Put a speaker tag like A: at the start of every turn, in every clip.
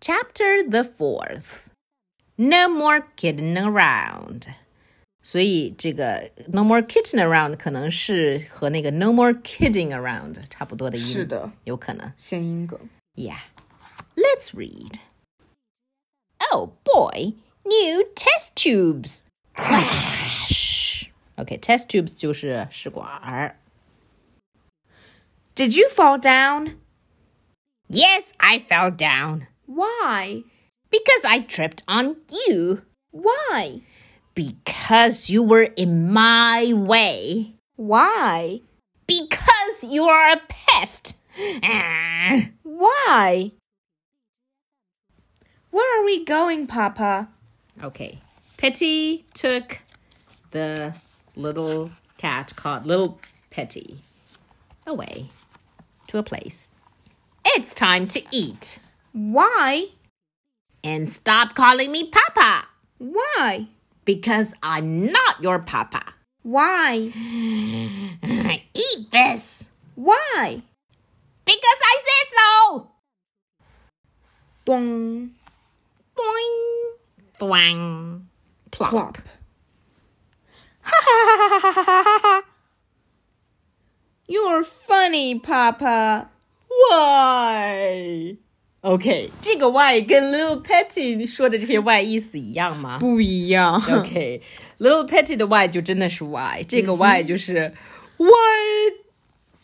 A: Chapter the fourth. No more kidding around. 所以这个 no more kidding around 可能是和那个 no more kidding around 差不多的音，
B: 是的，
A: 有可能。
B: 谐音梗。
A: Yeah. Let's read. Oh boy, new test tubes. Crash. Okay, test tubes 就是试管儿。Did you fall down? Yes, I fell down
B: Why?
A: because I tripped on you.
B: Why?
A: Because you were in my way.
B: Why?
A: Because you are a pest. Ah.
B: Why? Where are we going, Papa?
A: Okay. Petty took the little cat called Little Petty away to a place. It's time to eat.
B: Why?
A: And stop calling me Papa
B: Why?
A: because I'm not your Papa.
B: Why?
A: eat this
B: Why?
A: because I said so.
B: Dong.
A: Boing, thwang, plop.
B: Plop. You're funny, Papa.
A: Why? OK，这个 why 跟 Little Petty 说的这些 why 意思一样吗
B: 不一样。
A: ？OK，Little、Petty 的 why 就真的是 why，这个 why 就是 Why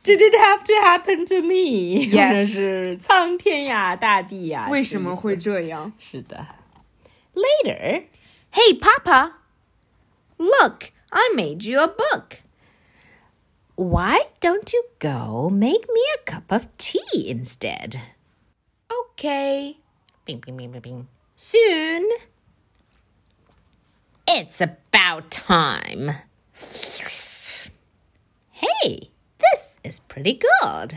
A: did it have to happen to me？
B: Yes
A: 或者是苍天呀，大地呀，
B: 为什么会
A: 这
B: 这样
A: 意思？是的。Later，
B: ？Hey, Papa. Look, I made you a book.
A: why don't you go make me a cup of tea instead？
B: Okay.
A: Bing, bing, bing, bing, bing. Soon. It's about time. Hey, this is pretty good.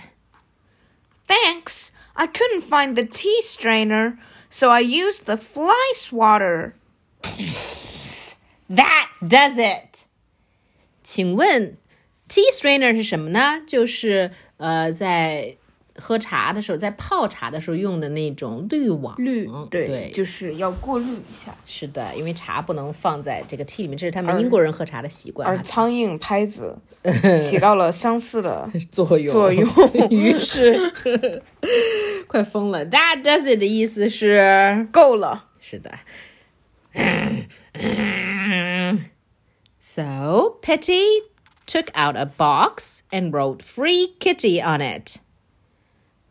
B: Thanks. I couldn't find the tea strainer, so I used the fly swatter.
A: That does it. 请问，tea strainer 是什么呢？就是呃，在喝茶的时候，在泡茶的时候用的那种滤网。
B: 对，
A: 对，
B: 就是要过滤一下。
A: 是的，因为茶不能放在这个 tea 里面，这是他们英国人喝茶的习惯。啊
B: 而苍蝇拍 子起到了相似 的
A: 作用
B: 作 用
A: 于 是快疯了。That does it 的意思是，
B: 够了。
A: 是的。So Petty took out a box and wrote "Free Kitty" on it.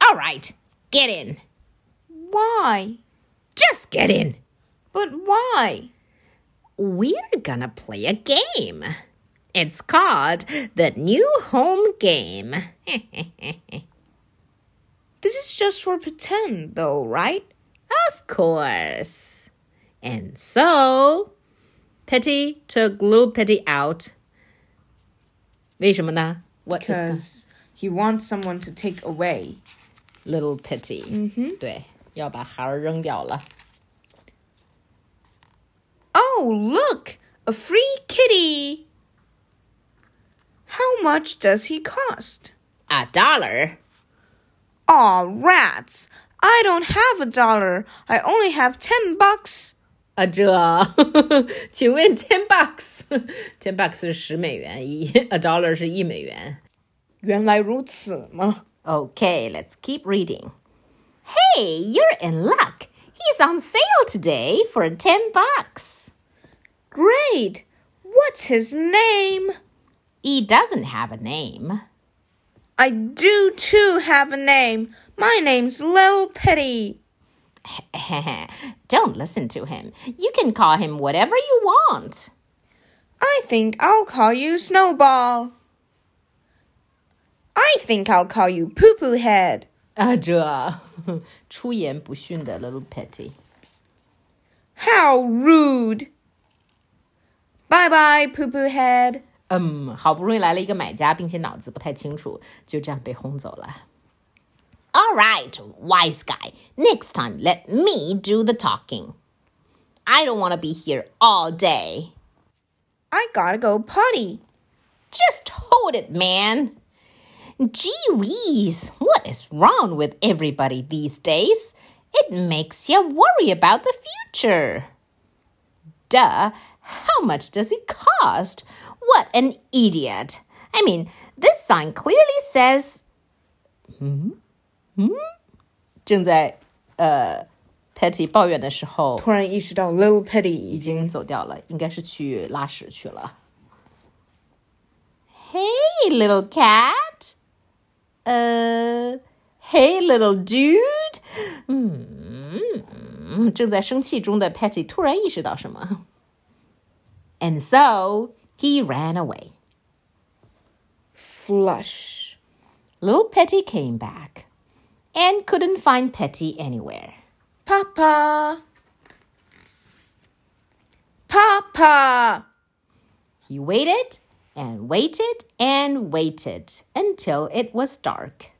A: All right, get in.
B: Why?
A: Just get in.
B: But why?
A: We're gonna play a game. It's called the new home game.
B: This is just for pretend, though, right?
A: Of course. And so, Petty took Little Petty out. 为什么呢? What is go-
B: Because he wants someone to take away.
A: Little Petty? 对，要把孩儿扔掉了。
B: Oh, look! A free kitty! How much does he cost?
A: A dollar.
B: Aw, rats! I don't have a dollar. I only have ten bucks.
A: 啊，这，请问 ten bucks，ten bucks 是十美元，一 a dollar 是一美元。
B: 原来如此吗？
A: Okay, let's keep reading. Hey, you're in luck. He's on sale today for ten bucks.
B: Great! What's his name?
A: He doesn't have a name.
B: I do too have a name. My name's Lil Petty.
A: Don't listen to him. You can call him whatever you want.
B: I think I'll call you Snowball. I think I'll call you Poo Poo Head.
A: 啊，这出言不逊的 Little Petty.
B: How rude! Bye bye, Poo Poo Head.
A: Um, 嗯，好不容易来了一个买家，并且脑子不太清楚，就这样被轰走了。All right, wise guy. Next time, let me do the talking. I don't want to be here all day.
B: I gotta go potty.
A: Just hold it, man. Gee whiz, what is wrong with everybody these days? It makes you worry about the future. Duh, how much does it cost? What an idiot. I mean, this sign clearly says. Hmm? 嗯嗯，正在呃，Patty 抱怨的时候，
B: 突然意识到 Little Petty
A: 已
B: 已经
A: 经走掉了，应该是去拉屎去了。Hey, little cat. 呃，Hey, little dude. 嗯，正在生气中的 Patty 突然意识到什么，and so he ran away.
B: flush
A: Little Petty came back and couldn't find Petty anywhere.
B: Papa Papa
A: He waited and waited and waited until it was dark.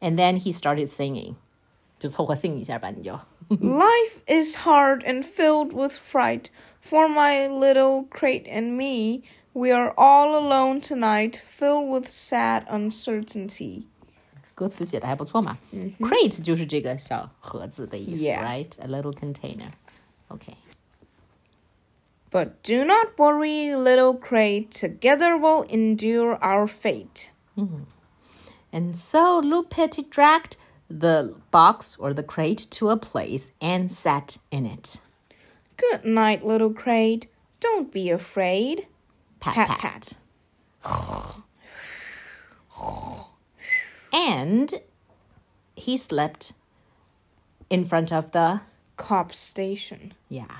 A: And then he started singing. 就凑合信一下吧，你就。
B: Life is hard and filled with fright for my little crate and me we are all alone tonight filled with sad uncertainty
A: 歌词写的还不错嘛。Crate 就是这个小盒子的意思
B: Yeah.
A: right? A little container. Okay.
B: but do not worry little crate together we'll endure our fate
A: And so little Petty dragged the box or the crate to a place and sat in it.
B: good night little crate don't be afraid
A: Pat
B: Pat,
A: pat.
B: pat.
A: And he slept in front of the
B: cop station
A: Yeah.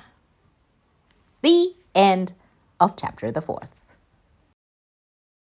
A: The end of chapter the fourth.